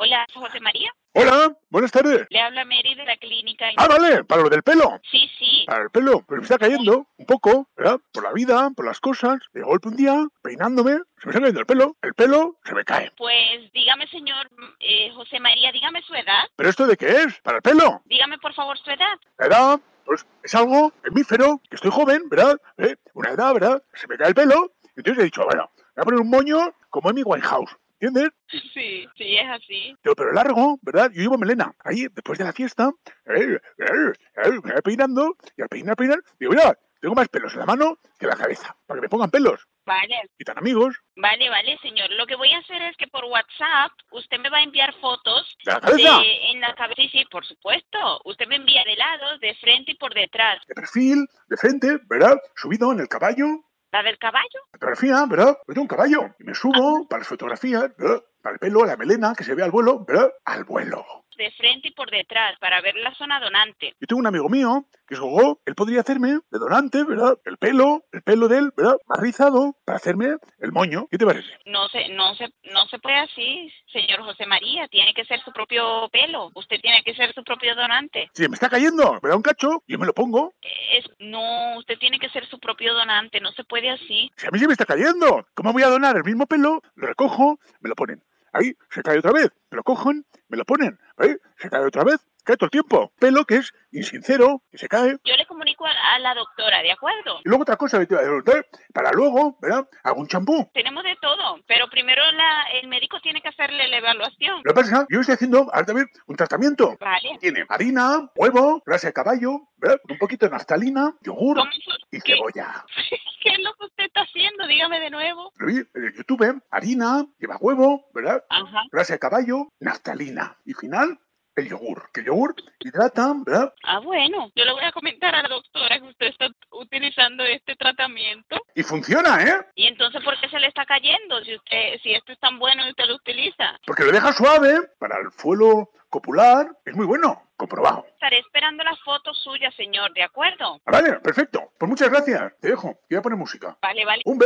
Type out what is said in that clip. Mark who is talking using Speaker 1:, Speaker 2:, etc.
Speaker 1: Hola, José María.
Speaker 2: Hola, buenas tardes.
Speaker 1: Le habla Mary de la clínica.
Speaker 2: Ah, vale, para lo del pelo.
Speaker 1: Sí, sí.
Speaker 2: Para el pelo. Pero me está cayendo un poco, ¿verdad? Por la vida, por las cosas. De golpe un día, peinándome, se me está cayendo el pelo. El pelo se me cae.
Speaker 1: Pues dígame, señor eh, José María, dígame su edad.
Speaker 2: ¿Pero esto de qué es? ¿Para el pelo?
Speaker 1: Dígame, por favor, su edad.
Speaker 2: La edad, pues es algo hemífero, que estoy joven, ¿verdad? ¿Eh? Una edad, ¿verdad? Se me cae el pelo. Y entonces he dicho, bueno, me voy a poner un moño como en mi Winehouse. ¿Entiendes?
Speaker 1: Sí, sí, es así.
Speaker 2: Pero, pero largo, ¿verdad? Yo llevo melena. Ahí, después de la fiesta, eh, eh, eh, me voy peinando y al peinar, peinar, digo, mira, tengo más pelos en la mano que en la cabeza, para que me pongan pelos.
Speaker 1: Vale,
Speaker 2: Y tan amigos,
Speaker 1: vale, vale, señor. Lo que voy a hacer es que por WhatsApp usted me va a enviar fotos
Speaker 2: ¿De la cabeza?
Speaker 1: de- en la cabeza. Sí, sí, por supuesto. Usted me envía de lado, de frente y por detrás.
Speaker 2: de perfil, de frente, ¿verdad? Subido en el caballo,
Speaker 1: ¿La del caballo?
Speaker 2: fotografía, ¿verdad? Yo tengo un caballo. Y me subo para las fotografías, ¿verdad? Para el pelo, la melena, que se ve al vuelo, ¿verdad? Al vuelo.
Speaker 1: De frente y por detrás, para ver la zona donante.
Speaker 2: Yo tengo un amigo mío que es gogó, él podría hacerme de donante, ¿verdad? El pelo, el pelo de él, ¿verdad? Más rizado para hacerme el moño. ¿Qué te parece?
Speaker 1: No se, no se, no se puede así, señor José María. Tiene que ser su propio pelo. Usted tiene que ser su propio donante.
Speaker 2: Si me está cayendo, me da un cacho, yo me lo pongo.
Speaker 1: Es, no, usted tiene que ser su propio donante. No se puede así.
Speaker 2: Si a mí se me está cayendo, ¿cómo voy a donar el mismo pelo? Lo recojo, me lo ponen. Ahí se cae otra vez, me lo cogen, me lo ponen. Ahí se cae otra vez, cae todo el tiempo. Pelo que es insincero, que se cae.
Speaker 1: Yo le comunico a, a la doctora, ¿de acuerdo?
Speaker 2: Y luego otra cosa que te iba a preguntar, para luego, ¿verdad? Hago un champú.
Speaker 1: Tenemos de todo, pero primero la, el médico tiene que hacerle la evaluación.
Speaker 2: Lo que pasa, yo estoy haciendo ahora también un tratamiento.
Speaker 1: Vale.
Speaker 2: Tiene harina, huevo, grasa de caballo, ¿verdad? Un poquito de naftalina, yogur
Speaker 1: ¿Cómo fu-
Speaker 2: y
Speaker 1: qué,
Speaker 2: cebolla.
Speaker 1: ¿Qué es lo que usted está haciendo? Dígame de nuevo.
Speaker 2: Lo vi en el YouTube, harina, lleva huevo, ¿verdad?
Speaker 1: Ajá,
Speaker 2: grasa de caballo, naftalina y final el yogur. Que el yogur hidrata, ¿verdad?
Speaker 1: ah, bueno. Yo le voy a comentar a la doctora que usted está utilizando este tratamiento.
Speaker 2: Y funciona, ¿eh?
Speaker 1: ¿Y entonces por qué se le está cayendo? Si usted, si esto es tan bueno y usted lo utiliza.
Speaker 2: Porque lo deja suave para el suelo copular. Es muy bueno, comprobado.
Speaker 1: Estaré esperando la foto suya, señor, ¿de acuerdo?
Speaker 2: Ah, Vale, perfecto. Pues muchas gracias. Te dejo. que Voy a poner música.
Speaker 1: Vale, vale.
Speaker 2: Un beso.